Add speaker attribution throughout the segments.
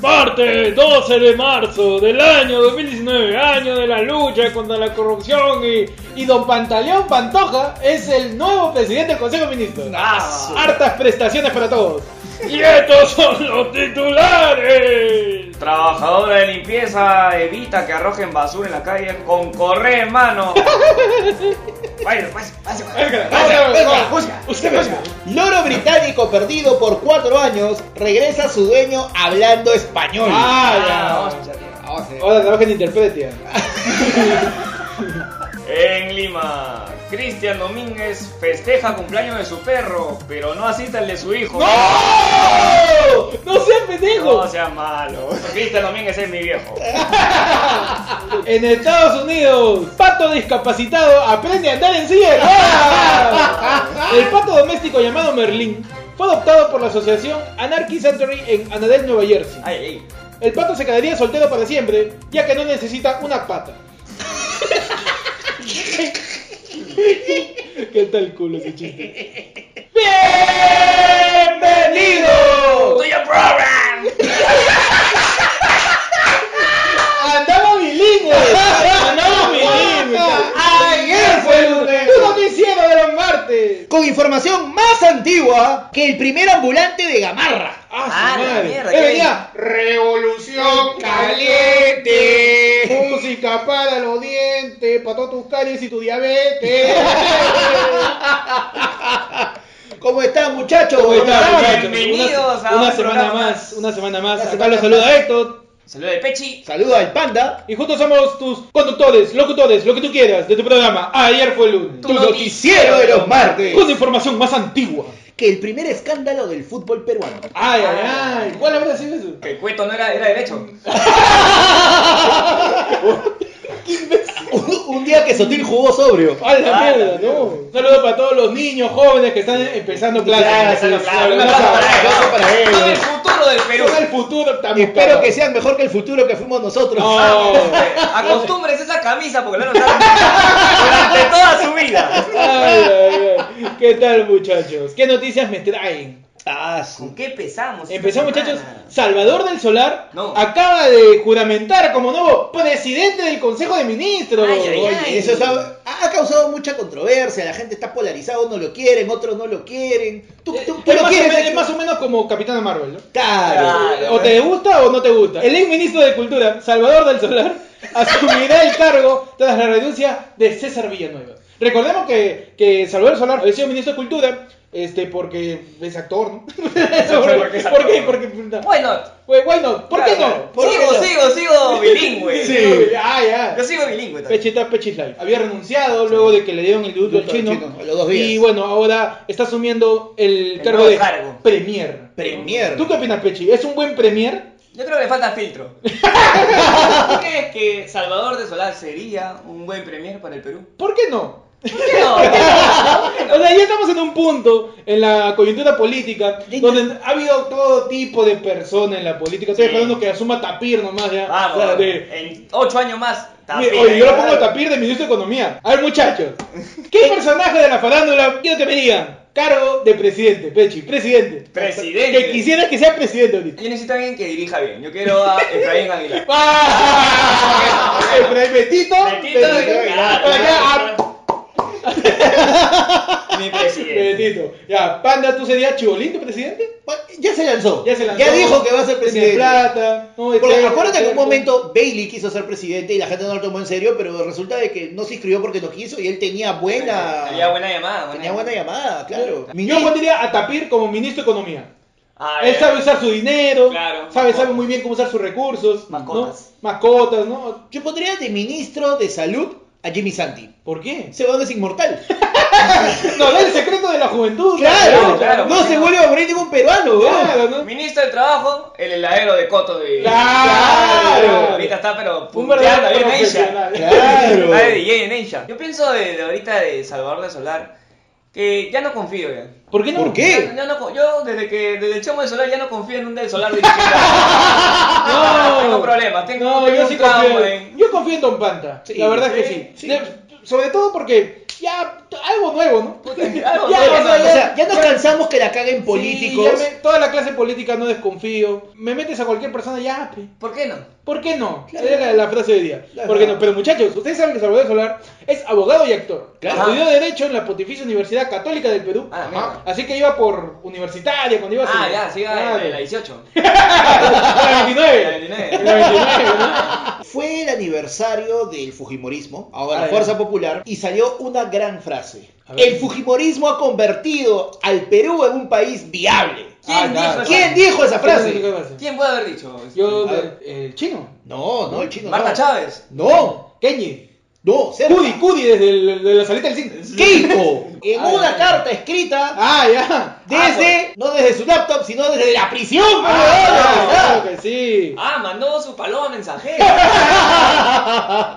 Speaker 1: martes 12 de marzo del año 2019, año de la lucha contra la corrupción y,
Speaker 2: Y don Pantaleón Pantoja es el nuevo presidente del Consejo de Ministros.
Speaker 1: Ah,
Speaker 2: Hartas prestaciones para todos.
Speaker 1: y estos son los titulares.
Speaker 3: Trabajadora de limpieza evita que arrojen basura en la calle con correa en mano. Vaya, pues, pase,
Speaker 2: Venga,
Speaker 3: vaya,
Speaker 2: venga, venga.
Speaker 3: juzga,
Speaker 2: Usted mismo.
Speaker 4: Loro británico perdido por cuatro años regresa a su dueño hablando español.
Speaker 2: Ah,
Speaker 3: hostia,
Speaker 2: ya. Ahora trabaja en Interpretia.
Speaker 3: En Lima, Cristian Domínguez festeja cumpleaños de su perro, pero no asiste al de su hijo.
Speaker 2: ¡No! ¡No seas pendejo!
Speaker 3: No sea malo. Cristian Domínguez es mi viejo.
Speaker 2: En Estados Unidos, pato discapacitado aprende a andar en silla. de ruedas. El pato doméstico llamado Merlín fue adoptado por la asociación Anarchy Sanctuary en Anadel, Nueva Jersey.
Speaker 3: Ay, ay.
Speaker 2: El pato se quedaría soltero para siempre, ya que no necesita una pata. ¿Qué tal culo ese chiste? ¡Bienvenido!
Speaker 3: ¡Tuyo program!
Speaker 2: ¡Andamos bilingües! ¡Andamos bilingües!
Speaker 4: Ayer fue lunes.
Speaker 2: ¡Tú no quisieras ver los martes!
Speaker 4: Con información más antigua que el primer ambulante de Gamarra.
Speaker 2: ¡Ah,
Speaker 3: Ah,
Speaker 2: su
Speaker 3: la
Speaker 2: madre!
Speaker 3: mierda,
Speaker 2: Eh,
Speaker 3: qué
Speaker 2: venía,
Speaker 4: Revolución
Speaker 2: caliente. Música para los dientes, para todos tus caries y tu diabetes.
Speaker 4: ¿Cómo están, muchachos?
Speaker 2: ¿Cómo estás,
Speaker 3: están?
Speaker 2: muchachos?
Speaker 3: Bienvenidos
Speaker 2: una,
Speaker 3: a
Speaker 2: una
Speaker 3: un
Speaker 2: semana
Speaker 3: programa.
Speaker 2: más, una semana más.
Speaker 4: Una
Speaker 2: Acá
Speaker 4: semana
Speaker 2: los saluda Héctor.
Speaker 3: Saludo de Pechi.
Speaker 4: Saludo al panda.
Speaker 2: Y juntos somos tus conductores, locutores, lo que tú quieras de tu programa. Ayer fue el lunes.
Speaker 4: Tu noticiero de los martes.
Speaker 2: Con información más antigua.
Speaker 4: Que el primer escándalo del fútbol peruano.
Speaker 2: Ay, ay, ay. ¿Cuál habrá sido eso?
Speaker 3: Que el cueto no era, era derecho.
Speaker 4: Un día que Sotil jugó sobrio.
Speaker 2: A la
Speaker 3: Ah,
Speaker 2: mierda, no. Un saludo para todos los niños jóvenes que están empezando clases.
Speaker 4: Clases,
Speaker 2: Un
Speaker 3: Un
Speaker 2: abrazo.
Speaker 3: abrazo
Speaker 4: abrazo para ellos.
Speaker 3: Son el futuro del Perú.
Speaker 2: Son el futuro también.
Speaker 4: Espero
Speaker 2: cabrón.
Speaker 4: que sean mejor que el futuro que fuimos nosotros.
Speaker 2: No.
Speaker 3: Acostumbres esa camisa porque la han usado durante toda su vida.
Speaker 2: Ay, ay, ay. ¿Qué tal, muchachos? ¿Qué noticias me traen?
Speaker 4: Ah, su-
Speaker 3: ¿Con qué empezamos? esta
Speaker 2: Empezamos, muchachos.
Speaker 3: semana?
Speaker 2: Salvador del Solar
Speaker 3: No.
Speaker 2: acaba de juramentar como nuevo presidente del Consejo de Ministros.
Speaker 3: Ay, ay, ay.
Speaker 4: Oye, eso está- ha, ha causado mucha controversia, la gente está polarizada, unos lo quieren, otros no lo quieren. Tú, tú- tú
Speaker 2: Es
Speaker 4: lo
Speaker 2: más, o
Speaker 4: quieres,
Speaker 2: menos,
Speaker 4: Héctor.
Speaker 2: es más o menos como Capitana Marvel, ¿no?
Speaker 4: Claro.
Speaker 3: Claro.
Speaker 2: O te gusta o no te gusta. El ex ministro de Cultura, Salvador del Solar, asumirá el cargo tras la renuncia de César Villanueva. Recordemos que, que Salvador del Solar había sido ministro de Cultura este, porque es actor, ¿no?
Speaker 3: porque es actor.
Speaker 2: ¿Por qué? Porque, no.
Speaker 3: Bueno,
Speaker 2: Pues, bueno, ¿por qué
Speaker 3: claro,
Speaker 2: no? ¿Por qué
Speaker 3: sigo,
Speaker 2: no?
Speaker 3: sigo, sigo bilingüe.
Speaker 2: Sí. Ah, ya.
Speaker 3: Yo sigo bilingüe también.
Speaker 2: Pechita Pechislay. Había renunciado luego de que le dieron el duelo al
Speaker 4: Indulto al
Speaker 2: chino.
Speaker 4: chino, a los dos días.
Speaker 2: Y bueno, ahora está asumiendo el,
Speaker 3: El
Speaker 2: cargo
Speaker 3: nuevo
Speaker 2: de
Speaker 3: cargo.
Speaker 2: Premier.
Speaker 4: Premier.
Speaker 2: ¿Tú qué opinas, Pechi? ¿Es un buen Premier?
Speaker 3: Yo creo que le falta filtro. ¿Tú crees que Salvador de Solar sería un buen premier para el Perú?
Speaker 2: ¿Por qué no?
Speaker 3: ¿Por qué no? ¿Por qué no? ¿Por qué no?
Speaker 2: O sea, ya estamos en un punto en la coyuntura política donde ha habido todo tipo de personas en la política. Estoy
Speaker 3: Sí.
Speaker 2: esperando que asuma Tapir nomás ya.
Speaker 3: Vamos,
Speaker 2: O sea, de-
Speaker 3: en ocho años más.
Speaker 2: Mire,
Speaker 3: tapé,
Speaker 2: oye, yo lo
Speaker 3: ¿eh?
Speaker 2: pongo a Tapir de ministro de Economía. A ver, muchachos, ¿qué personaje de la farándula quiero que me digan? Cargo de presidente, Pechi, presidente.
Speaker 3: Presidente.
Speaker 2: Que quisiera que sea presidente ahorita.
Speaker 3: Yo necesito a alguien que dirija bien. Yo quiero a Efraín Aguilar.
Speaker 2: ¡Ah! El Betito.
Speaker 3: Betito, claro,
Speaker 2: Para acá,
Speaker 3: claro. Mi
Speaker 2: ah,
Speaker 3: presidente.
Speaker 2: Betito. Ya, Panda, ¿tú serías chibolín tu presidente?
Speaker 4: Ya se lanzó.
Speaker 2: Ya se lanzó.
Speaker 4: dijo que va a ser presidente.
Speaker 2: Tiene plata. No,
Speaker 4: Porque
Speaker 2: etcétera,
Speaker 4: acuérdate que en
Speaker 2: etcétera.
Speaker 4: un momento Bailey quiso ser presidente y la gente no lo tomó en serio, pero resulta de que no se inscribió porque no quiso y él tenía buena,
Speaker 3: Tenía buena llamada.
Speaker 4: tenía buena llamada, claro.
Speaker 2: Yo pondría a Tapir como ministro de Economía.
Speaker 3: Ah,
Speaker 2: Él
Speaker 3: ya.
Speaker 2: sabe usar su dinero,
Speaker 3: Claro.
Speaker 2: sabe, sabe muy bien cómo usar sus recursos,
Speaker 3: Mascotas.
Speaker 2: ¿no? Mascotas, ¿no?
Speaker 4: Yo pondría de ministro de salud a Jimmy Santi.
Speaker 2: ¿Por qué?
Speaker 4: Ese huevón es inmortal.
Speaker 2: No, da el secreto de la juventud.
Speaker 4: Claro,
Speaker 3: Claro, claro,
Speaker 4: no
Speaker 3: porque
Speaker 4: se
Speaker 3: no.
Speaker 4: vuelve a morir ningún peruano, weón.
Speaker 2: Claro, ¿no?
Speaker 3: ¿Mm? Ministro del Trabajo, el heladero de Coto de.
Speaker 2: Claro.
Speaker 3: Ahorita está, pero.
Speaker 2: Un
Speaker 3: punteando
Speaker 2: verdadero
Speaker 3: ahí en Asia.
Speaker 2: profesional.
Speaker 4: Claro.
Speaker 3: Está de DJ en Asia. Yo pienso de, de ahorita de Salvador de Solar que ya no confío ya.
Speaker 2: ¿Por qué no?
Speaker 4: ¿Por qué?
Speaker 3: Ya- ya no co- yo desde que desde el chomo de Solar ya no confío en un del Solar dirigiendo.
Speaker 2: No,
Speaker 3: tengo problemas, tengo,
Speaker 2: no,
Speaker 3: tengo
Speaker 2: yo
Speaker 3: un
Speaker 2: sí
Speaker 3: trauma
Speaker 2: confío.
Speaker 3: en-
Speaker 2: Yo confío en Don Panta.
Speaker 4: Sí,
Speaker 2: la verdad es que
Speaker 3: sí,
Speaker 2: sí. De- sobre todo porque ya algo nuevo, ¿no?
Speaker 3: algo
Speaker 2: Ya,
Speaker 3: nuevo,
Speaker 2: o sea,
Speaker 4: o sea, ya nos
Speaker 2: ya-
Speaker 4: cansamos que la caguen políticos.
Speaker 2: Sí, ya me- toda la clase política no desconfío. Me metes a cualquier persona, ya, pe.
Speaker 3: ¿Por qué no?
Speaker 2: ¿Por qué no?
Speaker 4: Claro.
Speaker 2: Era la, la frase de hoy día.
Speaker 4: Claro.
Speaker 2: ¿Por qué no? Pero muchachos, ustedes saben que Salvador Solar es abogado y actor.
Speaker 4: Claro.
Speaker 2: Estudió Derecho en la Pontificia Universidad Católica del Perú.
Speaker 3: Ah, mira.
Speaker 2: Así que iba por universitaria cuando iba a
Speaker 3: Ah,
Speaker 2: ser-
Speaker 3: ya, sí,
Speaker 2: Claro.
Speaker 3: la, la 18.
Speaker 2: La 29.
Speaker 3: La 29.
Speaker 2: La 29, ¿no?
Speaker 4: Fue el aniversario del Fujimorismo, ahora
Speaker 2: Ah, ya.
Speaker 4: Fuerza Popular, y salió una gran frase.
Speaker 2: A ver.
Speaker 4: El Fujimorismo ha convertido al Perú en un país viable.
Speaker 3: ¿Quién
Speaker 2: Ah,
Speaker 3: dijo
Speaker 2: claro.
Speaker 3: esa-
Speaker 4: ¿Quién dijo esa
Speaker 2: ¿Qué
Speaker 4: frase?
Speaker 2: pasa?
Speaker 3: ¿Quién puede haber dicho?
Speaker 2: Yo,
Speaker 4: A ver.
Speaker 2: eh, el chino.
Speaker 4: No, no, el chino.
Speaker 3: Marta
Speaker 4: no.
Speaker 3: Chávez.
Speaker 4: No,
Speaker 2: Kenji.
Speaker 4: no, cerca.
Speaker 2: Cudi, Cudi, desde el- de la salita del cine.
Speaker 4: Keiko, en
Speaker 2: Ah,
Speaker 4: una
Speaker 2: ya.
Speaker 4: carta escrita
Speaker 2: Ah, ya.
Speaker 4: desde, no desde su laptop, sino desde la prisión.
Speaker 2: Ah,
Speaker 4: huevón.
Speaker 2: claro que sí.
Speaker 3: Ah, mandó su paloma mensajera.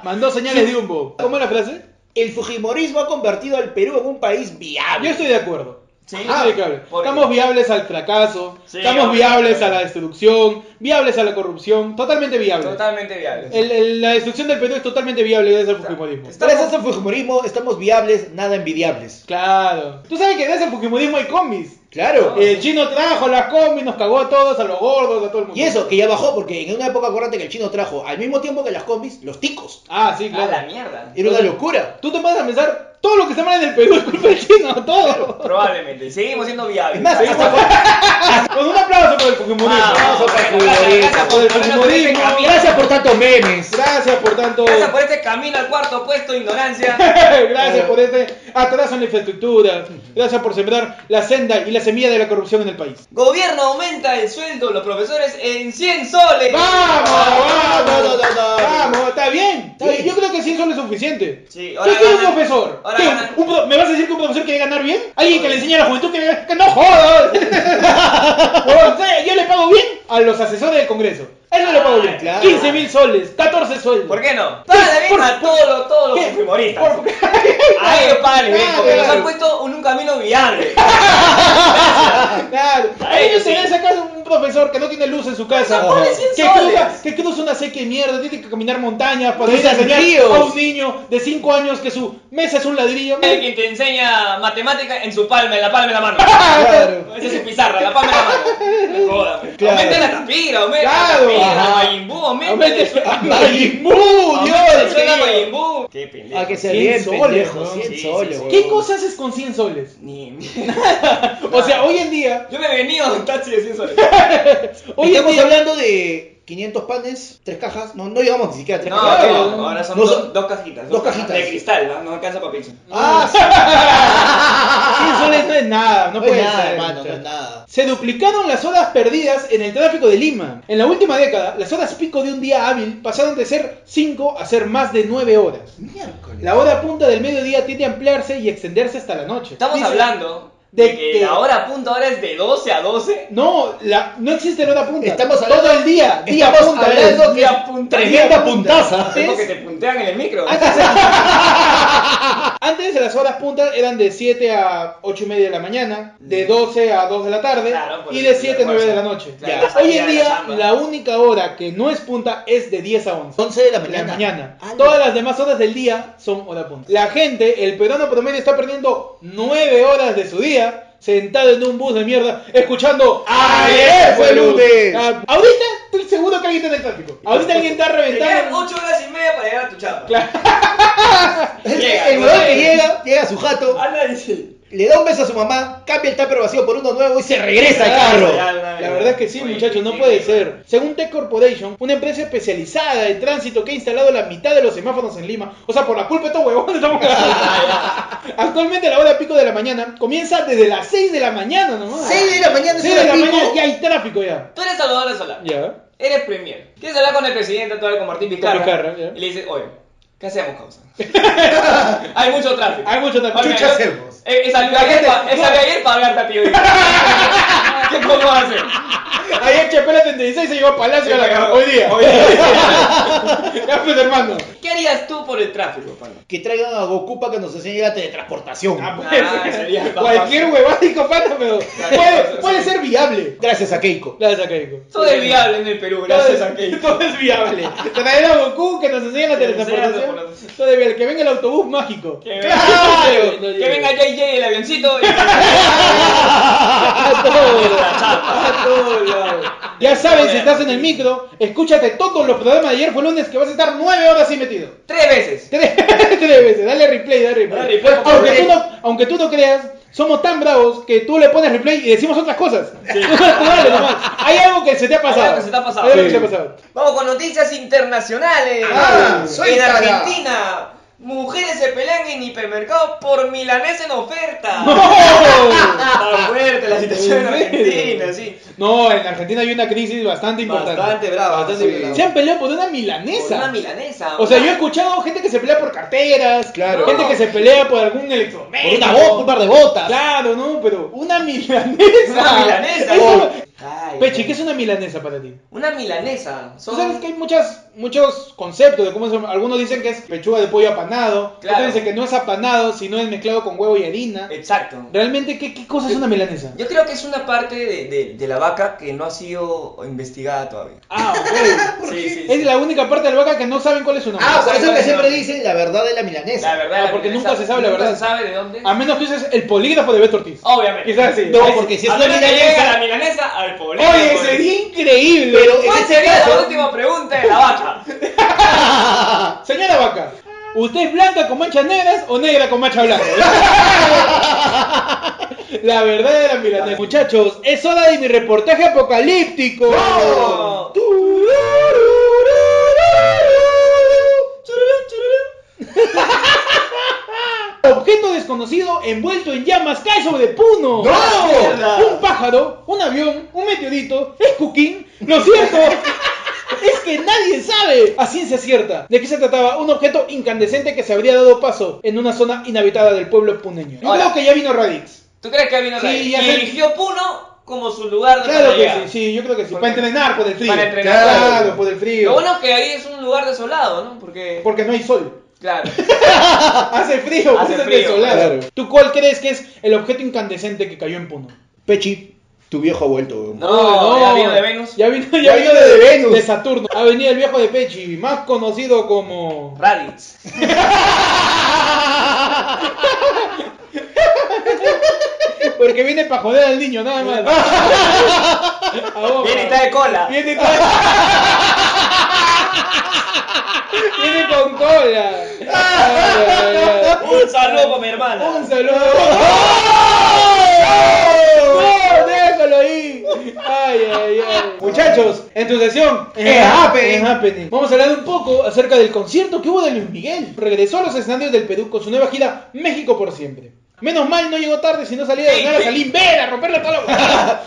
Speaker 2: Mandó señales de humbo. ¿Cómo es la frase?
Speaker 4: El Fujimorismo ha convertido al Perú en un país
Speaker 2: Yo
Speaker 4: viable.
Speaker 2: estoy de acuerdo.
Speaker 3: Ah, Sí.
Speaker 2: Yo estoy de acuerdo.
Speaker 3: Porque-
Speaker 2: Estamos viables al fracaso,
Speaker 3: Sí,
Speaker 2: estamos
Speaker 3: obvio.
Speaker 2: viables a la destrucción, viables a la corrupción, totalmente viables.
Speaker 3: Totalmente viable.
Speaker 2: El- el- la destrucción del Perú es totalmente viable gracias al fujimorismo.
Speaker 3: está-
Speaker 4: Gracias al Fujimorismo estamos viables, nada envidiables.
Speaker 2: Claro. Tú sabes que gracias al fujimorismo hay combis.
Speaker 4: Claro.
Speaker 3: No.
Speaker 2: El chino trajo las combis, nos cagó a todos, a los gordos, a todo el mundo.
Speaker 4: Y eso, que ya bajó, porque en una época acuérdate que el chino trajo, al mismo tiempo que las combis, los ticos.
Speaker 2: Ah, sí,
Speaker 3: A la
Speaker 2: claro.
Speaker 3: mierda.
Speaker 4: Era una locura.
Speaker 2: Tú te vas a pensar, todo lo que se mal en el Perú es culpa del chino, todo.
Speaker 3: Probablemente. Seguimos siendo viables.
Speaker 4: Es más,
Speaker 3: Seguimos-
Speaker 4: hasta fue-
Speaker 2: Con un aplauso por el fujimorismo.
Speaker 3: Vamos,
Speaker 4: aplauso para el
Speaker 3: bueno, gracias, gracias por-
Speaker 2: Por el
Speaker 3: gracias por este
Speaker 2: fujimorismo.
Speaker 3: camino.
Speaker 4: gracias por tantos memes.
Speaker 2: Gracias por tanto.
Speaker 3: Gracias por este camino al cuarto puesto, ignorancia.
Speaker 2: Gracias por este atraso en la infraestructura. Gracias por sembrar la senda y la semilla de la corrupción en el país.
Speaker 3: Gobierno aumenta el sueldo de los profesores en 100 soles.
Speaker 2: ¡Vamos! ¡Vamos!
Speaker 4: No, no, no, no.
Speaker 2: ¡Vamos! ¡Está bien! está
Speaker 4: Sí.
Speaker 2: bien. Yo creo que 100 soles es suficiente.
Speaker 3: Sí,
Speaker 2: ¿Qué
Speaker 3: ahora
Speaker 2: quiere un
Speaker 3: ganan-
Speaker 2: profesor?
Speaker 3: ahora
Speaker 2: ¿Qué,
Speaker 3: ganan-
Speaker 2: un pro- ¿Me vas a decir que un profesor quiere ganar bien? ¿Alguien que le enseñe a la juventud que, que no jodas? Huevón, ¿sabes? Yo le pago bien a los asesores del Congreso. A eso le pago bien.
Speaker 3: Ah,
Speaker 4: claro.
Speaker 2: 15 mil soles, 14 sueldos.
Speaker 3: ¿Por qué no? Págale bien
Speaker 2: por-
Speaker 3: a todos los, todos los
Speaker 2: ¿Qué?
Speaker 3: fujimoristas.
Speaker 2: Por-
Speaker 3: A ellos págale bien,
Speaker 2: Claro,
Speaker 3: porque nos
Speaker 2: claro.
Speaker 3: han puesto en un camino viable.
Speaker 2: Claro. A
Speaker 3: Ay,
Speaker 2: ellos se
Speaker 3: sí.
Speaker 2: ven sacar un profesor que no tiene luz en su casa.
Speaker 4: O sea, ponle
Speaker 2: Ajá.
Speaker 3: 100
Speaker 2: que, cruza,
Speaker 4: eh.
Speaker 3: soles.
Speaker 2: que cruza una seca de mierda, tiene que caminar montañas para ir a
Speaker 4: Cruzan
Speaker 2: enseñar
Speaker 4: ríos.
Speaker 2: a un niño de 5 años que su mesa es un ladrillo.
Speaker 3: Es quien te enseña matemática en su palma, en la palma de la mano.
Speaker 4: Claro.
Speaker 3: Esa es su pizarra, la palma de la mano. No jodas.
Speaker 4: Claro.
Speaker 3: Aumenta la tapira, aumenta
Speaker 2: Claro.
Speaker 3: la tapira,
Speaker 4: Ajá.
Speaker 3: Majin Buu, aumenta
Speaker 2: Aumente-
Speaker 3: el sueldo.
Speaker 4: Majin Buu,
Speaker 3: Aumenta el
Speaker 4: Dios
Speaker 3: sueldo a
Speaker 4: mío.
Speaker 3: Majin Buu. Qué pendejo.
Speaker 4: Ah, que se
Speaker 2: 100
Speaker 4: bien,
Speaker 2: soles,
Speaker 4: pendejo,
Speaker 2: weón.
Speaker 4: 100
Speaker 3: Sí, sí,
Speaker 4: soles,
Speaker 3: sí.
Speaker 4: weón.
Speaker 2: ¿Qué cosa haces con 100 soles?
Speaker 3: Ni
Speaker 2: O sea, hoy en día,
Speaker 3: Yo me he venido de un taxi de 100 soles.
Speaker 2: hoy en
Speaker 4: Estamos
Speaker 2: día
Speaker 4: hablando de 500 panes, tres cajas, no, no llegamos ni siquiera a tres
Speaker 3: No,
Speaker 4: cajas.
Speaker 2: Claro.
Speaker 3: no, ahora son,
Speaker 4: No
Speaker 3: dos-
Speaker 4: son-
Speaker 3: dos cajitas.
Speaker 4: dos cajitas.
Speaker 3: De cristal, no, no alcanza para pizza.
Speaker 4: Ah, sí,
Speaker 2: 100 soles no es nada, no,
Speaker 4: no,
Speaker 2: puede
Speaker 4: es nada,
Speaker 2: ser.
Speaker 4: hermano, no es nada.
Speaker 2: Se duplicaron las horas perdidas en el tráfico de Lima. En la última década, las horas pico de un día hábil pasaron de ser 5 a ser más de 9 horas.
Speaker 4: Miércoles.
Speaker 2: La hora punta del mediodía tiende a ampliarse y extenderse hasta la noche.
Speaker 3: Estamos
Speaker 2: Dice-
Speaker 3: hablando
Speaker 2: de
Speaker 3: de, que
Speaker 2: que-
Speaker 3: la hora punta ahora es de 12 a 12.
Speaker 2: No, la, no existe la hora punta.
Speaker 4: Estamos hablando-
Speaker 2: todo el día. Día
Speaker 4: Estamos
Speaker 2: punta.
Speaker 4: hablando
Speaker 2: ¿ves?
Speaker 4: que-
Speaker 3: Día punta.
Speaker 4: Tremenda puntaza.
Speaker 3: Es porque te puntean en el micro.
Speaker 4: Ah,
Speaker 2: Antes de las horas puntas eran de 7 a 8 y media de la mañana,
Speaker 4: Mm.
Speaker 2: de 12 a 2 de la tarde
Speaker 3: Claro, por
Speaker 2: y
Speaker 3: el-
Speaker 2: de
Speaker 3: el
Speaker 2: 7 a 9 de la
Speaker 3: almuerzo.
Speaker 2: noche.
Speaker 3: Claro,
Speaker 2: Ya. Hoy en
Speaker 3: salida de la
Speaker 2: día
Speaker 3: chamba.
Speaker 2: la única hora que no es punta es de 10 a 11.
Speaker 4: 11 de la
Speaker 2: de la
Speaker 4: mañana.
Speaker 2: mañana.
Speaker 4: Ah,
Speaker 2: Todas las demás horas del día son hora punta. La gente, el peruano promedio está perdiendo 9 horas de su día sentado en un bus de mierda escuchando
Speaker 4: Ayer fue lunes.
Speaker 2: Ah, ahorita estoy seguro que alguien está en el tráfico. Ahorita alguien está
Speaker 3: Te quedan
Speaker 2: reventando.
Speaker 3: 8 horas y media para llegar a tu chapa.
Speaker 2: Claro.
Speaker 3: Llega,
Speaker 4: el huevón
Speaker 3: no
Speaker 4: que
Speaker 3: llega.
Speaker 4: llega, llega a su jato,
Speaker 3: Anda y sí.
Speaker 4: le da un beso a su mamá, cambia el tupper vacío por uno nuevo y se regresa al
Speaker 3: Ya, ya,
Speaker 4: carro.
Speaker 3: ya.
Speaker 2: Ah, La verdad es que sí,
Speaker 3: Oye,
Speaker 2: muchachos, no
Speaker 3: sí,
Speaker 2: puede
Speaker 3: sí.
Speaker 2: ser. Según Tech Corporation, una empresa especializada de tránsito que ha instalado la mitad de los semáforos en Lima, o sea, por la culpa de estos huevones estamos Ah, Actualmente la hora pico de la mañana comienza desde las 6 de la mañana nomás.
Speaker 4: 6 de la mañana,
Speaker 2: Seis
Speaker 4: es
Speaker 2: de la
Speaker 4: hora pico.
Speaker 2: mañana ya hay tráfico ya.
Speaker 3: Tú eres Salvador Solar.
Speaker 2: Ya.
Speaker 3: Eres premier. Quieres hablar con el presidente, tú hablas con Martín Vizcarra.
Speaker 2: Vizcarra, ya.
Speaker 3: y le dices, oye, ¿qué hacemos, causa? Hay mucho tráfico.
Speaker 2: Hay mucho tráfico.
Speaker 3: Oye,
Speaker 4: ¿Qué
Speaker 3: yo-
Speaker 4: hacemos?
Speaker 3: Eh, eh, salí
Speaker 2: La
Speaker 3: ayer
Speaker 2: gente-
Speaker 3: pa- eh, salí ayer para hablarte a ti hoy. ¿Qué podemos hacer?
Speaker 2: Ayer Chapela 36 se llegó a Palacio a la- hoy día. Ya, pues, hermano.
Speaker 3: ¿Qué harías tú por el tráfico, pana?
Speaker 4: Que traigan a Goku para que nos enseñe la teletransportación.
Speaker 2: Ah, pues,
Speaker 3: Ah, sería
Speaker 2: cualquier huevático, pata, pero puede, puede ser viable.
Speaker 4: Gracias a Keiko.
Speaker 2: Gracias a Keiko.
Speaker 3: Todo es viable en el Perú, gracias a Keiko.
Speaker 2: Todo es viable. Traer a Goku que nos enseñe la
Speaker 3: Que nos enseñe la
Speaker 2: teletransportación.
Speaker 3: teletransportación.
Speaker 2: Todo es viable. Que venga el autobús mágico.
Speaker 3: Que venga-
Speaker 2: ¡Claro!
Speaker 3: Que venga JJ el avioncito y
Speaker 2: A todo, a todo lado. Ya sabes, si estás en el micro, escúchate todos los programas de ayer fue lunes que vas a estar nueve horas ahí metido.
Speaker 3: tres veces.
Speaker 2: Tres, tres veces, dale replay, dale replay.
Speaker 3: Dale replay, por
Speaker 2: aunque, tú
Speaker 3: favor.
Speaker 2: no, aunque tú no creas, somos tan bravos que tú le pones replay y decimos otras cosas. Tú dale nomás. Hay algo que se te ha pasado.
Speaker 3: Hay algo que se te ha pasado.
Speaker 2: Hay algo que
Speaker 3: Sí.
Speaker 2: se te ha pasado.
Speaker 3: Vamos con noticias internacionales.
Speaker 4: Ah,
Speaker 3: en
Speaker 4: suéltala.
Speaker 3: Argentina, mujeres se pelean en hipermercado por milanés en oferta.
Speaker 2: ¡Oh!
Speaker 3: Está fuerte la situación en
Speaker 2: ¿En serio?
Speaker 3: Argentina, sí.
Speaker 2: No, en Argentina hay una crisis bastante importante.
Speaker 3: Bastante brava, bastante
Speaker 2: Sí.
Speaker 3: brava.
Speaker 2: Se han peleado por una
Speaker 3: Por
Speaker 2: milanesa.
Speaker 3: Una milanesa.
Speaker 2: O sea, yo he escuchado gente que se pelea por carteras,
Speaker 4: Claro.
Speaker 2: gente que se pelea por algún electrodoméstico.
Speaker 4: Por una bota, un par de botas.
Speaker 2: pues. Claro, no, pero una milanesa.
Speaker 3: Una milanesa. Oh.
Speaker 2: Eso-
Speaker 3: Ay,
Speaker 2: Pechi, ¿qué es una milanesa para ti?
Speaker 3: Una milanesa.
Speaker 2: Tú
Speaker 3: Son...
Speaker 2: sabes que hay muchas, muchos conceptos de cómo se Algunos dicen que es pechuga de pollo apanado,
Speaker 3: Claro.
Speaker 2: otros dicen que no es apanado, sino es mezclado con huevo y harina.
Speaker 3: Exacto.
Speaker 2: Realmente, ¿qué, qué cosa es una milanesa?
Speaker 3: Yo creo que es una parte de, de- de la vaca que no ha sido investigada todavía.
Speaker 2: Ah, ok.
Speaker 3: Sí, sí,
Speaker 2: Es
Speaker 3: sí.
Speaker 2: la única parte de la vaca que no saben cuál es su nombre.
Speaker 4: Ah, por eso que
Speaker 3: Exactamente.
Speaker 4: siempre dicen la verdad de la milanesa.
Speaker 3: La verdad.
Speaker 2: Ah,
Speaker 3: la
Speaker 2: porque
Speaker 3: milanesa-
Speaker 2: nunca se sabe la
Speaker 3: nunca
Speaker 2: verdad.
Speaker 3: se sabe de dónde.
Speaker 2: A menos que uses el polígrafo de Beto Ortiz.
Speaker 3: Obviamente.
Speaker 2: Quizás sí.
Speaker 4: No, porque si es
Speaker 3: A
Speaker 4: una
Speaker 3: menos que llegue
Speaker 4: milanesa.
Speaker 3: la milanesa al poblado.
Speaker 2: Oye, sería increíble.
Speaker 4: Pero en
Speaker 3: ¿Cuál
Speaker 4: ese
Speaker 3: sería la
Speaker 4: caso,
Speaker 3: última pregunta de la vaca?
Speaker 2: Señora vaca, ¿usted es blanca con manchas negras o negra con manchas blancas? La verdad era milanesa. Muchachos, es hora de mi reportaje apocalíptico.
Speaker 3: ¡No!
Speaker 2: Objeto desconocido envuelto en llamas cae sobre Puno.
Speaker 3: ¡Mierda!
Speaker 2: Un pájaro, un avión, un meteorito, es Cuquín. Lo cierto es que nadie sabe a ciencia cierta de qué se trataba un objeto incandescente que se habría dado paso en una zona inhabitada del pueblo puneño. Yo
Speaker 3: Ahora.
Speaker 2: creo que ya vino Radix.
Speaker 3: ¿Tú crees que vino
Speaker 2: Sí,
Speaker 3: Reyes?
Speaker 2: ya
Speaker 3: Y
Speaker 2: sé.
Speaker 3: eligió Puno como su lugar de
Speaker 2: Claro que
Speaker 3: batalla.
Speaker 2: sí, sí, yo creo que sí.
Speaker 3: Porque-
Speaker 2: Para entrenar por el frío.
Speaker 3: Para entrenar,
Speaker 2: Claro,
Speaker 3: claro.
Speaker 2: por el frío.
Speaker 3: Lo bueno es que ahí es un lugar desolado, ¿no? Porque.
Speaker 2: Porque no hay sol.
Speaker 3: Claro.
Speaker 2: Hace frío,
Speaker 3: Hace
Speaker 2: pues, es
Speaker 3: frío,
Speaker 2: desolado.
Speaker 4: claro.
Speaker 2: ¿Tú cuál crees que es el objeto incandescente que cayó en Puno?
Speaker 4: Pechi, tu viejo ha vuelto. weón.
Speaker 3: No, ya vino de Venus.
Speaker 2: Ya vino, ya
Speaker 4: Ya
Speaker 2: vino
Speaker 4: vino
Speaker 2: de,
Speaker 4: de Venus.
Speaker 2: de Saturno. Ha venido el viejo de Pechi, más conocido como.
Speaker 3: Raditz.
Speaker 2: Porque viene para joder al niño, nada más. A vos,
Speaker 3: Viene y
Speaker 2: pa.
Speaker 3: está de cola.
Speaker 2: Viene con... Viene con cola. Ay, ay, ay.
Speaker 3: Un saludo para mi hermana.
Speaker 2: Un saludo. ¡No! ¡Déjalo ahí! Ay, ay, ay. Muchachos, en tu sesión.
Speaker 4: Es happening.
Speaker 2: Es happening. Vamos a hablar un poco acerca del concierto que hubo de Luis Miguel. Regresó a los escenarios del Perú con su nueva gira México por siempre. Menos mal no llegó tarde, si no salía de
Speaker 3: Sí,
Speaker 2: ganar a
Speaker 3: sí.
Speaker 2: Salim Vera, a romperle toda la huevada.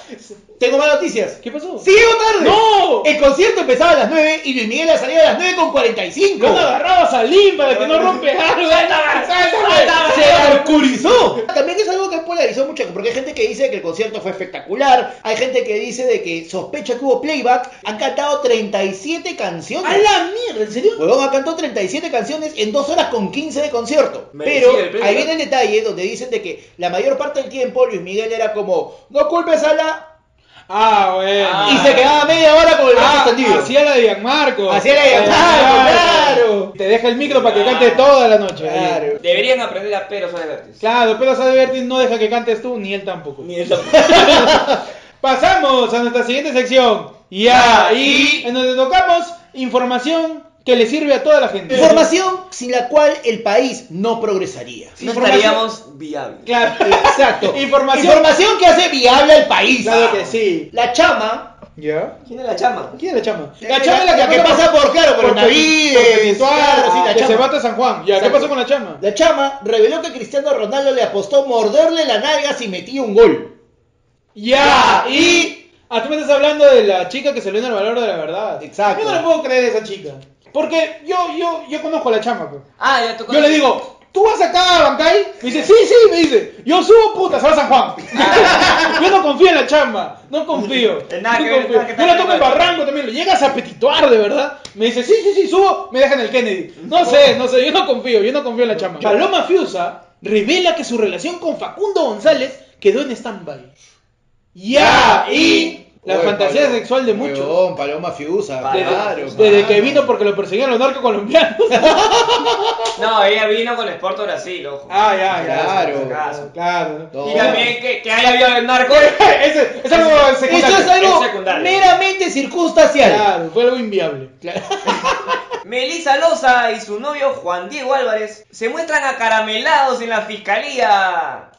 Speaker 4: Tengo más noticias.
Speaker 2: ¿Qué pasó?
Speaker 4: ¡Sí, llegó tarde!
Speaker 2: ¡No!
Speaker 4: El concierto empezaba a las 9 y Luis Miguel ha salido a las 9 con 45.
Speaker 2: Lo han agarrado a Salim para que no rompe algo.
Speaker 3: Suéltame, suéltame.
Speaker 2: ¡Se alcurizó!
Speaker 4: También es algo que polarizó mucho, porque hay gente que dice que el concierto fue espectacular, hay gente que dice de que sospecha que hubo playback, han cantado 37 canciones.
Speaker 2: ¡A la mierda! ¿En serio?
Speaker 4: Huevón ha cantado 37 canciones en 2 horas con 15 de concierto.
Speaker 3: Merecido el
Speaker 4: Pero
Speaker 3: premio.
Speaker 4: ahí
Speaker 2: ¿eh?
Speaker 4: viene el detalle donde dicen de que la mayor parte del tiempo Luis Miguel era como, no culpes a la...
Speaker 2: Ah, bueno.
Speaker 3: Ah.
Speaker 4: Y se quedaba media hora con el brazo
Speaker 2: Ah,
Speaker 4: extendido.
Speaker 2: así era Ian Marco.
Speaker 4: Así era Ian Marco, claro.
Speaker 2: Te deja el micro para que
Speaker 3: Claro.
Speaker 2: cante toda la noche.
Speaker 4: Claro.
Speaker 3: Deberían aprender a pero son verdes.
Speaker 2: Claro, pero Sadebertis no deja que cantes tú, ni él tampoco.
Speaker 3: Ni el loco.
Speaker 2: Pasamos a nuestra siguiente sección. Ya,
Speaker 3: Ya,
Speaker 2: y
Speaker 3: y-
Speaker 2: en donde tocamos información que le sirve a toda la gente.
Speaker 4: Información sin la cual el país no progresaría.
Speaker 3: No
Speaker 2: Información-
Speaker 3: estaríamos viables.
Speaker 2: Claro,
Speaker 4: Exacto.
Speaker 2: Información.
Speaker 4: Información que hace viable al país.
Speaker 2: Claro que sí.
Speaker 4: La chama.
Speaker 2: ¿Ya?
Speaker 3: ¿Quién es la chama?
Speaker 2: ¿Quién es la chama? La chama es la,
Speaker 4: que pasa por, claro, por Navides. claro, sí,
Speaker 2: la
Speaker 4: la
Speaker 2: que
Speaker 4: chama.
Speaker 2: se bate a San Juan. Ya, ¿qué
Speaker 4: Exacto.
Speaker 2: pasó con la chama?
Speaker 4: La chama reveló que Cristiano Ronaldo le apostó morderle la nalga si metía un gol.
Speaker 2: Ya,
Speaker 4: Ya,
Speaker 2: y. Ah, tú me estás hablando de la chica que salió en el valor de la verdad.
Speaker 4: Exacto.
Speaker 2: Yo no le puedo creer a esa chica. Porque yo, yo, yo conozco a la chama, pues.
Speaker 3: Ah, ya tocó.
Speaker 2: Yo le digo, ¿tú vas acá a Bancay? Me dice, sí, sí, me dice. Yo subo puta, se va a San Juan. yo no confío en la chamba. No confío.
Speaker 5: De nada
Speaker 2: no
Speaker 5: que ver,
Speaker 2: confío.
Speaker 5: nada que-
Speaker 2: Yo
Speaker 5: nada
Speaker 2: lo tomo
Speaker 5: que
Speaker 2: en
Speaker 5: ver.
Speaker 2: barranco también. Lo llegas a petituar, de verdad. Me dice, sí, sí, sí, subo. Me dejan el Kennedy. No sé, no sé. Yo no confío. Yo no confío en la chamba. Paloma Fiusa revela que su relación con Facundo González quedó en stand-by. Ya, y la
Speaker 4: Oye,
Speaker 2: fantasía
Speaker 4: Paloma,
Speaker 2: sexual de muchos.
Speaker 5: oh,
Speaker 4: huevón, Paloma Fiusa,
Speaker 5: Desde-
Speaker 4: claro.
Speaker 2: Desde, desde que
Speaker 4: mano.
Speaker 2: vino porque lo perseguían los narcos colombianos.
Speaker 3: No, ella vino con Sport Brasil, ojo.
Speaker 2: Ah, ya,
Speaker 4: Claro.
Speaker 2: Claro. claro.
Speaker 4: No.
Speaker 3: Y también que, que haya habido el narco.
Speaker 2: Ese- es algo secundario.
Speaker 4: Eso es algo
Speaker 3: Es secundario.
Speaker 4: meramente circunstancial.
Speaker 2: Claro, fue algo inviable.
Speaker 3: Melissa Loza y su novio Juan Diego Álvarez se muestran acaramelados en la fiscalía.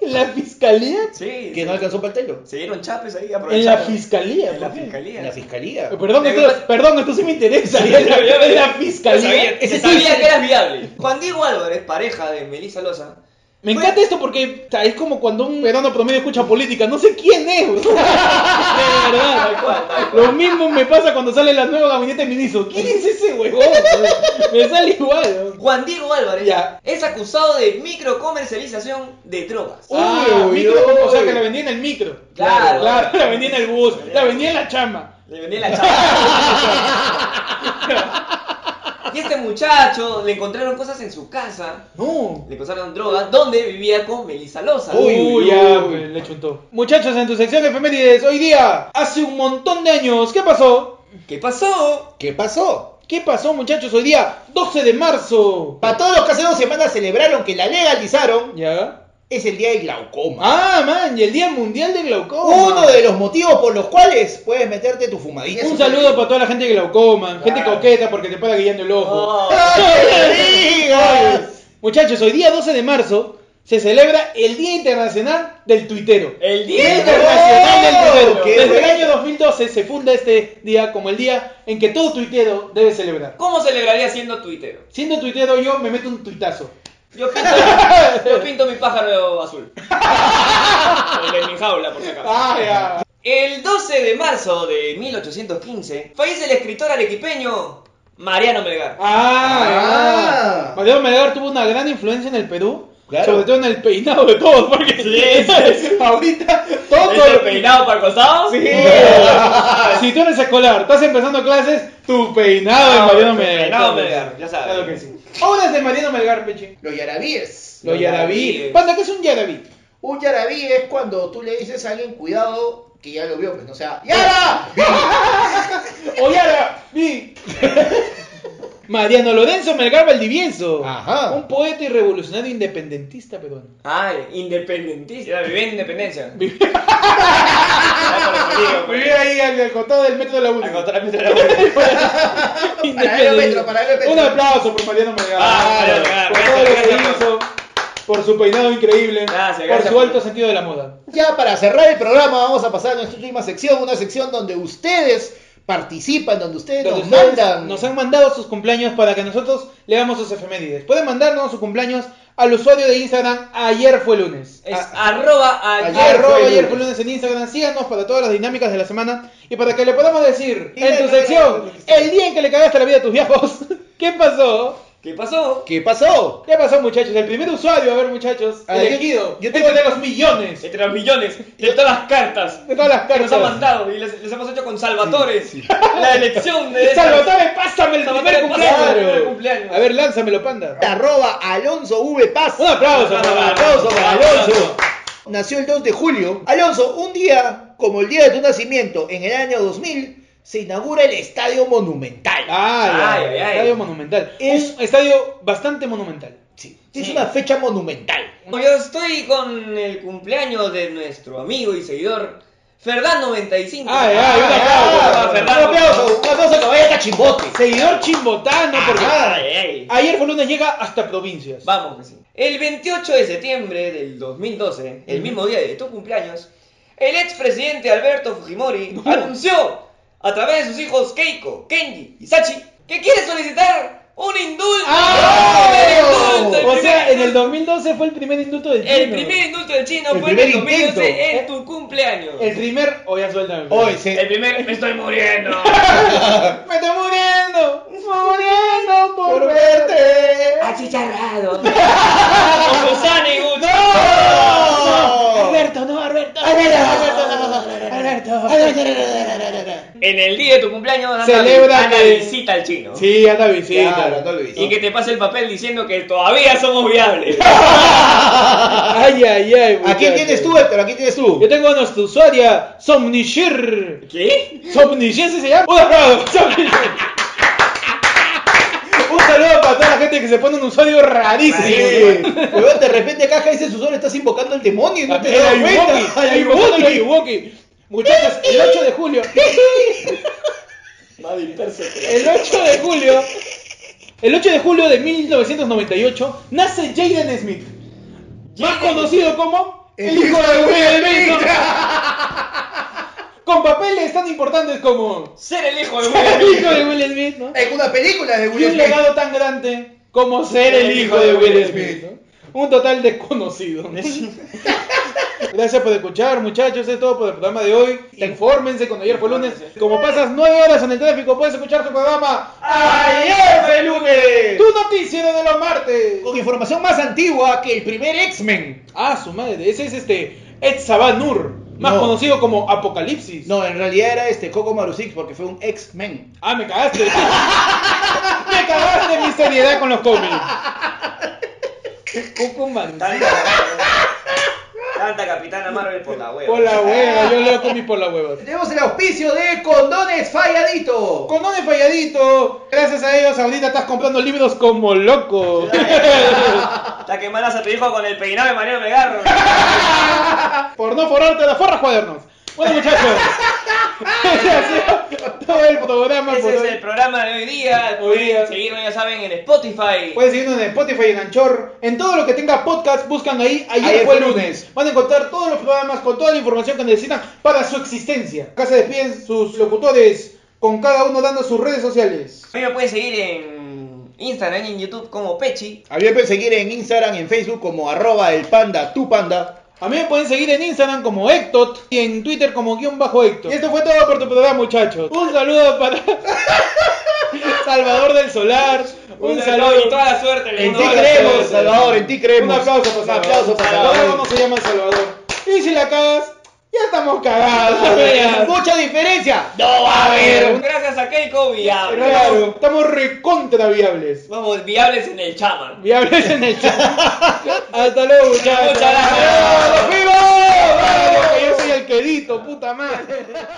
Speaker 2: ¿La fiscalía?
Speaker 3: Sí,
Speaker 4: Que no alcanzó para el telo.
Speaker 3: se dieron chapes ahí
Speaker 2: En la
Speaker 3: aprovecharon.
Speaker 2: fiscalía.
Speaker 3: En la
Speaker 2: ¿por qué?
Speaker 3: fiscalía.
Speaker 4: En la fiscalía.
Speaker 2: Eh, Perdón,
Speaker 3: Me
Speaker 2: esto,
Speaker 3: gusta-
Speaker 2: perdón, esto sí me interesa. En la, en la
Speaker 3: Yo
Speaker 2: fiscalía.
Speaker 3: sabía, yo
Speaker 4: Ese
Speaker 3: sabía
Speaker 4: sí.
Speaker 3: que eras viable. Juan Diego Álvarez, pareja de Melissa Loza,
Speaker 2: Me encanta esto porque o sea, es como cuando un verano promedio escucha política. No sé quién es. o sea, de verdad. Lo mismo me pasa cuando sale la nueva gabinete de ministros. ¿Quién es ese huevón? Me sale igual.
Speaker 3: Juan Diego Álvarez
Speaker 2: Ya.
Speaker 3: es acusado de microcomercialización de drogas.
Speaker 4: Uy,
Speaker 2: Ah,
Speaker 4: uy,
Speaker 2: micro, o sea,
Speaker 4: uy.
Speaker 2: que la vendía en el micro.
Speaker 3: Claro.
Speaker 2: claro. La vendía en el bus, la vendía en la chamba.
Speaker 3: Le vendí la chapa. y este muchacho le encontraron cosas en su casa,
Speaker 2: No.
Speaker 3: le encontraron drogas, donde vivía con Melissa Loza.
Speaker 4: Uy, uy,
Speaker 2: ya,
Speaker 4: uy.
Speaker 2: pues, le chuntó. Muchachos, en tu sección de efemérides, hoy día, hace un montón de años, ¿qué pasó?
Speaker 3: ¿Qué pasó?
Speaker 4: ¿Qué pasó?
Speaker 2: ¿Qué pasó, muchachos? Hoy día, 12 de marzo.
Speaker 4: Para todos los que hace dos semanas celebraron que la legalizaron,
Speaker 2: ¿Ya?
Speaker 4: es el día del glaucoma.
Speaker 2: Ah, man, y el Día Mundial del Glaucoma.
Speaker 4: Uno de los motivos por los cuales puedes meterte tu fumadita.
Speaker 2: Un saludo para toda la gente de glaucoma, gente
Speaker 5: Claro.
Speaker 2: coqueta porque te para guiando el ojo.
Speaker 3: Oh,
Speaker 4: ¡Ay, que me digas!
Speaker 2: Muchachos, hoy día 12 de marzo se celebra el Día Internacional del Tuitero.
Speaker 3: el
Speaker 2: Día
Speaker 3: día
Speaker 2: Internacional del
Speaker 4: ¡Oh!
Speaker 2: Tuitero.
Speaker 4: ¡Qué
Speaker 2: Desde el
Speaker 4: bueno!
Speaker 2: año 2012 se funda este día como el día en que todo tuitero debe celebrar.
Speaker 3: ¿Cómo celebraría siendo tuitero?
Speaker 2: Siendo tuitero yo me meto un tuitazo.
Speaker 3: Yo pinto, yo pinto mi pájaro azul. El de mi jaula, por si acaso.
Speaker 2: Ah, ya.
Speaker 3: El 12 de marzo de 1815 fallece el escritor arequipeño Mariano Melgar.
Speaker 2: Ah, ya.
Speaker 4: Ah.
Speaker 2: Mateo Melgar tuvo una gran influencia en el Perú.
Speaker 4: Claro.
Speaker 2: Sobre todo en el
Speaker 3: Ah,
Speaker 2: peinado de todos, porque ahorita todo
Speaker 3: ¿Este
Speaker 2: lo-
Speaker 3: peinado Ah. para el costado?
Speaker 2: Sí. Si tú eres escolar, estás empezando clases, tu peinado de
Speaker 3: Ah,
Speaker 2: Mariano
Speaker 3: tu
Speaker 2: Melgar.
Speaker 3: peinado Melgar, ya sabes.
Speaker 2: Claro que sí. Obras de Mariano Melgar, Peche.
Speaker 4: Los yarabíes.
Speaker 2: Lo
Speaker 3: Los
Speaker 2: Yarabí.
Speaker 3: yarabíes.
Speaker 2: Panda, ¿qué es un Yarabí?
Speaker 4: Un yarabí es cuando tú le dices a alguien, cuidado, que ya lo vio, pues, ¿no? o sea, ¡Yara!
Speaker 2: O Yarabí. Mariano Lorenzo Melgar Valdivienso.
Speaker 4: Ajá.
Speaker 2: Un poeta y revolucionario independentista peruano.
Speaker 3: Ay, independentista. Viví en independencia.
Speaker 2: Viví-
Speaker 3: Viví
Speaker 2: Vivía ahí al, al costado del metro de la UNI.
Speaker 4: Paralelo metro, paralelo metro.
Speaker 2: Un aplauso por Mariano Melgar.
Speaker 3: Ah, Mariano Melgar.
Speaker 2: Por
Speaker 3: Gracias,
Speaker 2: todo lo que
Speaker 3: gracias.
Speaker 2: hizo. Por su peinado increíble.
Speaker 3: Gracias,
Speaker 2: por
Speaker 3: gracias.
Speaker 2: su alto sentido de la moda.
Speaker 4: Ya para cerrar el programa vamos a pasar a nuestra última sección, una sección donde ustedes participan, donde ustedes
Speaker 2: Donde
Speaker 4: nos
Speaker 2: ustedes
Speaker 4: mandan.
Speaker 2: Nos han mandado sus cumpleaños para que nosotros leamos sus efemérides. Pueden mandarnos sus cumpleaños al usuario de Instagram ayer fue lunes.
Speaker 3: Es arroba ayer.
Speaker 4: Ayer
Speaker 2: Arroba
Speaker 4: fue lunes.
Speaker 2: Ah, ayer fue lunes en Instagram, síganos para todas las dinámicas de la semana y para que le podamos decir
Speaker 4: Y
Speaker 2: en
Speaker 4: la-
Speaker 2: tu sección, el día en que le cagaste la vida a tus viejos, ¿qué pasó?
Speaker 3: ¿Qué pasó?
Speaker 4: ¿Qué pasó?
Speaker 2: ¿Qué pasó muchachos? El primer usuario, a ver muchachos,
Speaker 3: Ah,
Speaker 4: A ver, yo-
Speaker 2: elegido,
Speaker 4: yo
Speaker 2: yo
Speaker 4: tengo-
Speaker 2: tengo de los millones, de
Speaker 3: Entre los millones de todas las cartas
Speaker 2: todas las
Speaker 3: Eh, que nos han
Speaker 2: cartas.
Speaker 3: mandado y les, les hemos hecho con Salvatores. La elección de.
Speaker 2: Salvatore, pásame el
Speaker 3: Salvatore,
Speaker 2: primer
Speaker 3: pásame el primer
Speaker 2: cumpleaños.
Speaker 3: cumpleaños.
Speaker 2: A ver, lánzamelo, panda.
Speaker 4: Arroba Alonso V Paz.
Speaker 2: Un aplauso,
Speaker 3: Un
Speaker 2: panda.
Speaker 4: aplauso para
Speaker 3: Alonso.
Speaker 4: Alonso. Nació el 2 de julio. Alonso, un día como el día de tu nacimiento, en el año 2000, se inaugura el Estadio Monumental.
Speaker 2: Ah,
Speaker 3: Ay,
Speaker 2: ya,
Speaker 3: ay, ay.
Speaker 2: estadio monumental.
Speaker 4: Es-
Speaker 2: Un estadio bastante monumental.
Speaker 4: Sí, es una fecha monumental.
Speaker 3: Yo estoy con el cumpleaños de nuestro amigo y seguidor Ferdán95.
Speaker 2: Ay, ay, un
Speaker 3: Ah,
Speaker 2: aplauso. Ah,
Speaker 4: un
Speaker 3: Fernando.
Speaker 4: aplauso, un aplauso que vaya cachimbote.
Speaker 2: Seguidor chimbotano, porque
Speaker 3: Ah, Ay, ay.
Speaker 2: ayer fue lunes llega hasta provincias.
Speaker 3: Vamos, que sí. El 28 de septiembre del 2012, el mismo día de tu cumpleaños, el expresidente Alberto Fujimori anunció a través de sus hijos Keiko, Kenji y Sachi que quiere solicitar un indulto.
Speaker 2: ¡Ah!
Speaker 3: ¡Un indulto! El
Speaker 2: O
Speaker 3: primer
Speaker 2: sea, en el
Speaker 3: indulto-
Speaker 2: 2012 fue el primer indulto del
Speaker 3: el
Speaker 2: chino.
Speaker 3: primer indulto del chino
Speaker 4: El
Speaker 3: fue en el
Speaker 4: primer
Speaker 3: 2012
Speaker 4: intento.
Speaker 3: en tu cumpleaños.
Speaker 2: El primer... Oh, ya suéltame.
Speaker 4: Hoy se,
Speaker 3: El primer, me estoy muriendo.
Speaker 2: ¡Me estoy muriendo! ¡Muriendo por,
Speaker 4: Por
Speaker 2: verte!
Speaker 3: Achicharrado. Con gusano y gusto.
Speaker 2: ¡No!
Speaker 4: ¡No!
Speaker 2: ¡Alberto, no, Alberto!
Speaker 4: Alberto, no, Alberto, no,
Speaker 2: Alberto.
Speaker 3: En el día de tu cumpleaños, anda,
Speaker 2: Celebra
Speaker 3: anda
Speaker 2: que-
Speaker 3: visita al chino.
Speaker 2: Sí, anda visita.
Speaker 4: Claro, no lo he visto.
Speaker 3: Y que te pase el papel diciendo que todavía somos viables.
Speaker 2: Ay, ay, ay.
Speaker 4: Aquí
Speaker 2: muchacho.
Speaker 4: tienes tú, Héctor, aquí tienes tú.
Speaker 2: Yo tengo a nuestra usuaria, Somnishir.
Speaker 3: ¿Qué?
Speaker 2: Somnishir ¿sí se llama. Un aplauso, Somnishir. Un saludo para toda la gente que se pone un usuario rarísimo.
Speaker 4: Sí. Huevón, de repente acá dice su sol, estás invocando al demonio y no te
Speaker 2: El
Speaker 4: das
Speaker 2: Ayuwoki,
Speaker 4: cuenta.
Speaker 2: el Ayuwoki, el Ayuwoki. Muchachos, el 8 de julio. El 8 de julio. El 8 de julio de 1998 nace Jaden Smith. Más conocido como el hijo de Will Smith. Con papeles tan importantes como
Speaker 3: Ser el hijo de
Speaker 2: el
Speaker 3: Will.
Speaker 2: hijo de Will Smith, ¿no?
Speaker 4: En una película de
Speaker 2: Y
Speaker 4: Will
Speaker 2: un
Speaker 4: Smith.
Speaker 2: legado tan grande como ser el hijo de Will Smith. ¿no? Un total desconocido. Gracias por escuchar, muchachos. Eso es todo por el programa de hoy. Infórmense cuando ayer fue lunes. Como pasas 9 horas en el tráfico, puedes escuchar tu programa
Speaker 4: ¡Ayer fue lunes!
Speaker 2: Tu Noticiero de los Martes.
Speaker 4: Con información más antigua que el primer X-Men.
Speaker 2: Ah, su madre. Ese es este Ed Sabanur, más
Speaker 4: No.
Speaker 2: conocido como Apocalipsis.
Speaker 4: No, en realidad era este Coco Maru Six porque fue un X-Men.
Speaker 2: Ah, me cagaste. me cagaste mi seriedad con los cómics. Qué coco mandado.
Speaker 3: Tanta, tanta capitana Marvel por la hueva.
Speaker 2: Por la hueva, yo leo cómics por la hueva.
Speaker 4: Tenemos el auspicio de Condones Falladito.
Speaker 2: Condones falladito, gracias a ellos ahorita estás comprando libros como loco.
Speaker 3: La que malas a tu hijo con el peinado de Mariano Megarro.
Speaker 2: Por no forrarte las forras cuadernos. Bueno muchachos, ese ha sido todo el programa. por
Speaker 3: Ese es
Speaker 2: hoy.
Speaker 3: el programa de hoy día.
Speaker 2: Hoy día.
Speaker 3: Pueden seguirnos, ya saben, en Spotify.
Speaker 2: Puedes seguirnos en Spotify, en Anchor, en todo lo que tenga podcast, buscan ahí, ayer, fue lunes. Van a encontrar todos los programas con toda la información que necesitan para su existencia. Acá se despiden sus locutores, con cada uno dando sus redes sociales.
Speaker 3: A mí me pueden seguir en Instagram y en YouTube como Pechi.
Speaker 4: A mí me pueden seguir en Instagram y en Facebook como arroba el panda, tu panda.
Speaker 2: A mí me pueden seguir en Instagram como Hectot y en Twitter como guión bajo Hectot. Y esto fue todo por tu programa, muchachos. Un saludo para Salvador del Solar. Un
Speaker 3: y
Speaker 2: saludo.
Speaker 3: toda la suerte. del
Speaker 4: En
Speaker 3: mundo.
Speaker 4: ti
Speaker 2: abrazo,
Speaker 4: creemos,
Speaker 2: abrazo.
Speaker 4: Salvador, en ti
Speaker 2: Un
Speaker 4: creemos.
Speaker 2: aplauso
Speaker 4: Un
Speaker 2: para
Speaker 4: aplauso
Speaker 2: Salvador.
Speaker 4: para
Speaker 2: Salvador.
Speaker 4: Salvador.
Speaker 2: ¿Cómo se llama Salvador? Y si la cagas, ya estamos cagados. ya.
Speaker 4: Mucha diferencia.
Speaker 3: Gracias a Keiko Viable.
Speaker 2: Claro, estamos recontra viables.
Speaker 3: Vamos, viables en el chaman.
Speaker 2: Viables en el chat. Hasta luego, muchachos.
Speaker 3: Muchas gracias.
Speaker 2: ¡Nos vemos! Vale, que Yo soy el quedito, puta madre.